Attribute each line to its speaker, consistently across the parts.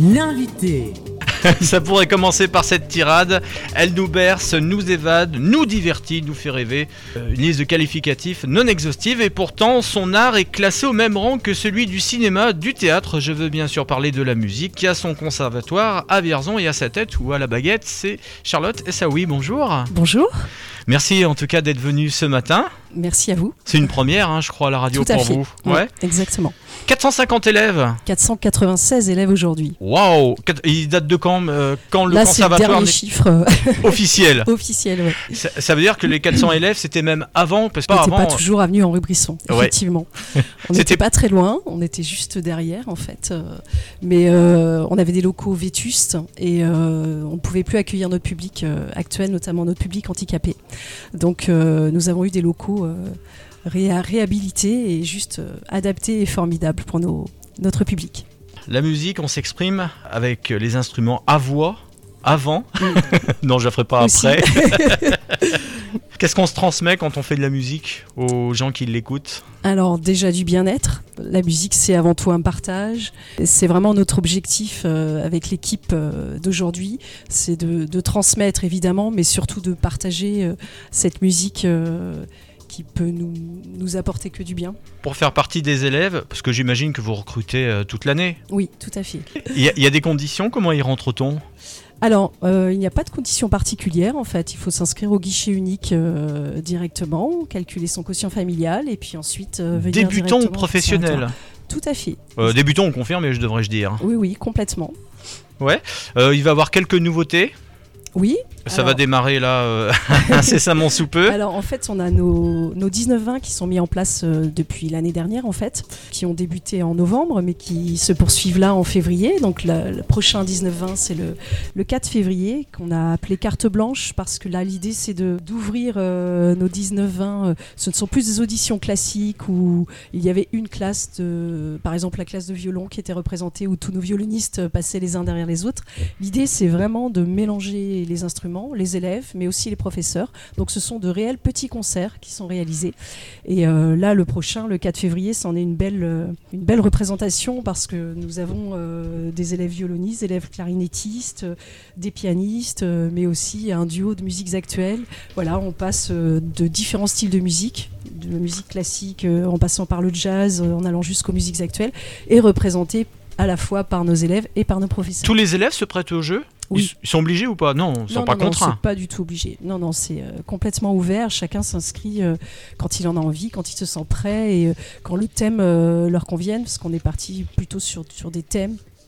Speaker 1: L'invité.
Speaker 2: Ça pourrait commencer par cette tirade. Elle nous berce, nous évade, nous divertit, nous fait rêver. Euh, Une liste de qualificatifs non exhaustive et pourtant son art est classé au même rang que celui du cinéma, du théâtre. Je veux bien sûr parler de la musique qui a son conservatoire à Vierzon et à sa tête ou à la baguette. C'est Charlotte Essaoui, bonjour.
Speaker 3: Bonjour,
Speaker 2: Merci en tout cas d'être venue ce matin.
Speaker 3: merci à vous.
Speaker 2: C'est une première, hein, je crois, à la radio
Speaker 3: Tout à
Speaker 2: pour
Speaker 3: fait.
Speaker 2: vous.
Speaker 3: Oui,
Speaker 2: Ouais.
Speaker 3: exactement.
Speaker 2: 450 élèves.
Speaker 3: 496 élèves aujourd'hui.
Speaker 2: Waouh Quatre- Il date de quand euh, Quand le
Speaker 3: Là, c'est le
Speaker 2: conservatoire
Speaker 3: dernier
Speaker 2: n'est
Speaker 3: chiffre euh,
Speaker 2: officiel
Speaker 3: officiel. Ouais.
Speaker 2: Ça, ça veut dire que les 400 élèves, c'était même avant, parce que
Speaker 3: On
Speaker 2: pas
Speaker 3: n'était
Speaker 2: avant. hein.
Speaker 3: pas toujours avenue Henri Brisson,
Speaker 2: Ouais.
Speaker 3: effectivement. On
Speaker 2: C'était-
Speaker 3: n'était pas très loin, on était juste derrière en fait. euh, Mais euh, on avait des locaux vétustes et euh, on ne pouvait plus accueillir notre public euh, actuel, notamment notre public handicapé. Donc euh, nous avons eu des locaux euh, réha- réhabilités et juste euh, adaptés et formidables pour nos- notre public.
Speaker 2: La musique, on s'exprime avec les instruments à voix, avant. non, je la ferai pas
Speaker 3: Mm. Aussi.
Speaker 2: après. Qu'est-ce qu'on se transmet quand on fait de la musique aux gens qui l'écoutent
Speaker 3: Alors déjà du bien-être. La musique, c'est avant tout un partage. Et C'est vraiment notre objectif euh, avec l'équipe euh, d'aujourd'hui. C'est de, de transmettre évidemment, mais surtout de partager euh, cette musique euh, qui peut nous, nous apporter que du bien.
Speaker 2: Pour faire partie des élèves, parce que j'imagine que vous recrutez euh, toute l'année.
Speaker 3: Oui, tout à fait.
Speaker 2: Il y, a- il y a des conditions, comment y rentre-t-on
Speaker 3: Alors, euh, il n'y a pas de conditions particulières en fait. Il faut s'inscrire au guichet unique euh, directement, calculer son quotient familial et puis ensuite euh,
Speaker 2: Débutant
Speaker 3: venir
Speaker 2: ou
Speaker 3: directement au
Speaker 2: professionnel
Speaker 3: conservatoire. Tout à fait.
Speaker 2: Euh, Débutant, on confirme, je devrais-je dire. hein.
Speaker 3: Oui, oui, complètement.
Speaker 2: Euh, il va y avoir quelques nouveautés.
Speaker 3: Oui,
Speaker 2: Ça
Speaker 3: Alors-
Speaker 2: va démarrer là euh, incessamment sous peu.
Speaker 3: Alors en fait, on a nos, nos 19-20 qui sont mis en place euh, depuis l'année dernière en fait, qui ont débuté en novembre mais qui se poursuivent là en février. Donc le, le prochain 19-20 c'est le, le 4 février qu'on a appelé carte blanche parce que là l'idée c'est de d'ouvrir euh, nos 19-20. euh, Ce ne sont plus des auditions classiques où il y avait une classe de, par exemple la classe de violon qui était représentée où tous nos violonistes euh, passaient les uns derrière les autres. L'idée c'est vraiment de mélanger les instruments, les élèves mais aussi les professeurs. Donc ce sont de réels petits concerts qui sont réalisés. Et euh, là, le prochain, le 4 février, c'en est une belle, euh, une belle représentation parce que nous avons euh, des élèves violonistes, élèves clarinettistes, euh, des pianistes, euh, mais aussi un duo de musiques actuelles. Voilà, on passe euh, de différents styles de musique, de la musique classique euh, en passant par le jazz, euh, en allant jusqu'aux musiques actuelles, et représenté à la fois par nos élèves et par nos professeurs.
Speaker 2: Tous les élèves se prêtent au jeu
Speaker 3: Oui.
Speaker 2: Ils s- Ils sont obligés ou pas Non, ils sont
Speaker 3: non,
Speaker 2: pas hein.
Speaker 3: non, non,
Speaker 2: contraints.
Speaker 3: c'est pas du tout obligé. Non, non, c'est euh, complètement ouvert. Chacun s'inscrit euh, quand il en a envie, quand il se sent prêt et euh, quand le thème euh, leur convienne, parce qu'on est parti plutôt sur, sur des thèmes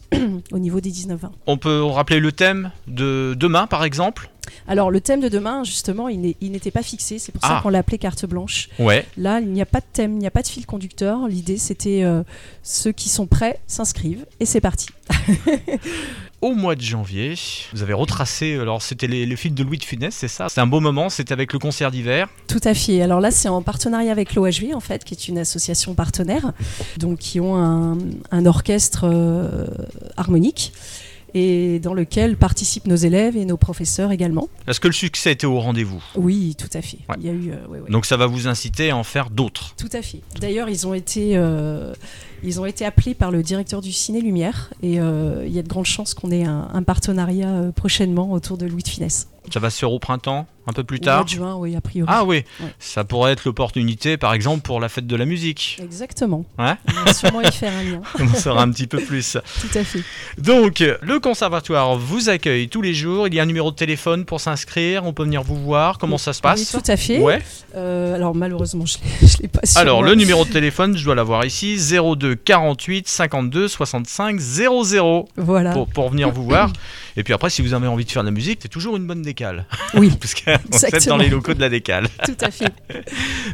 Speaker 3: au niveau des 19-20.
Speaker 2: On peut rappeler le thème de demain, par exemple
Speaker 3: Alors, le thème de demain, justement, il n'est- il n'était pas fixé. C'est pour
Speaker 2: Ah.
Speaker 3: ça qu'on l'appelait carte blanche.
Speaker 2: Ouais.
Speaker 3: Là, il n'y a pas de thème, il n'y a pas de fil conducteur. L'idée, c'était euh, ceux qui sont prêts s'inscrivent et c'est parti.
Speaker 2: Au mois de janvier, vous avez retracé, alors c'était les, les films de Louis de Funès, c'est ça C'était un beau moment, c'était avec le concert d'hiver.
Speaker 3: Tout à fait. Alors là, c'est en partenariat avec l'OHV, en fait, qui est une association partenaire, donc qui ont un, un orchestre euh, harmonique et dans lequel participent nos élèves et nos professeurs également.
Speaker 2: Est-ce que le succès était au rendez-vous
Speaker 3: Oui, tout à fait.
Speaker 2: Ouais.
Speaker 3: Il y a eu. euh, ouais, ouais.
Speaker 2: Donc ça va vous inciter à en faire d'autres.
Speaker 3: Tout à fait. D'ailleurs, ils ont été, euh, ils ont été appelés par le directeur du Ciné Lumière et euh, il y a de grandes chances qu'on ait un, un partenariat euh, prochainement autour de Louis de Finesse.
Speaker 2: Ça va se faire au printemps, un peu plus
Speaker 3: Au mois
Speaker 2: tard
Speaker 3: de juin, oui, a priori.
Speaker 2: Ah oui,
Speaker 3: Ouais.
Speaker 2: ça pourrait être l'opportunité, par exemple, pour la fête de la musique.
Speaker 3: Exactement.
Speaker 2: Ouais.
Speaker 3: On va sûrement y faire un lien.
Speaker 2: On saura un petit peu plus.
Speaker 3: Tout à fait.
Speaker 2: Donc, le conservatoire vous accueille tous les jours. Il y a un numéro de téléphone pour s'inscrire. On peut venir vous voir. Comment ça se passe
Speaker 3: Oui, tout à fait.
Speaker 2: Ouais.
Speaker 3: Euh, alors malheureusement, je l'ai- je l'ai pas sur
Speaker 2: Alors,
Speaker 3: moi.
Speaker 2: le numéro de téléphone, je dois l'avoir ici 02 48 52 65 00
Speaker 3: Voilà.
Speaker 2: pour, pour venir vous voir. Et puis après, si vous avez envie de faire de la musique, c'est toujours une bonne décale.
Speaker 3: Oui,
Speaker 2: Parce que vous êtes dans
Speaker 3: Exactement.
Speaker 2: les locaux de la décale.
Speaker 3: tout à fait.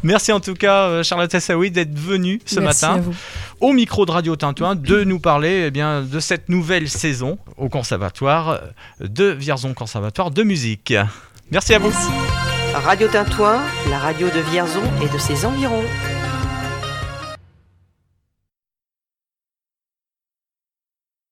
Speaker 2: Merci en tout cas, euh, Charlotte Assaoui, d'être venue ce
Speaker 3: Merci
Speaker 2: matin
Speaker 3: à vous.
Speaker 2: au micro de Radio Tintoin de nous parler eh bien, de cette nouvelle saison au Conservatoire euh, de Vierzon Conservatoire de musique. Merci à vous.
Speaker 4: Radio Tintoin, la radio de Vierzon et de ses environs.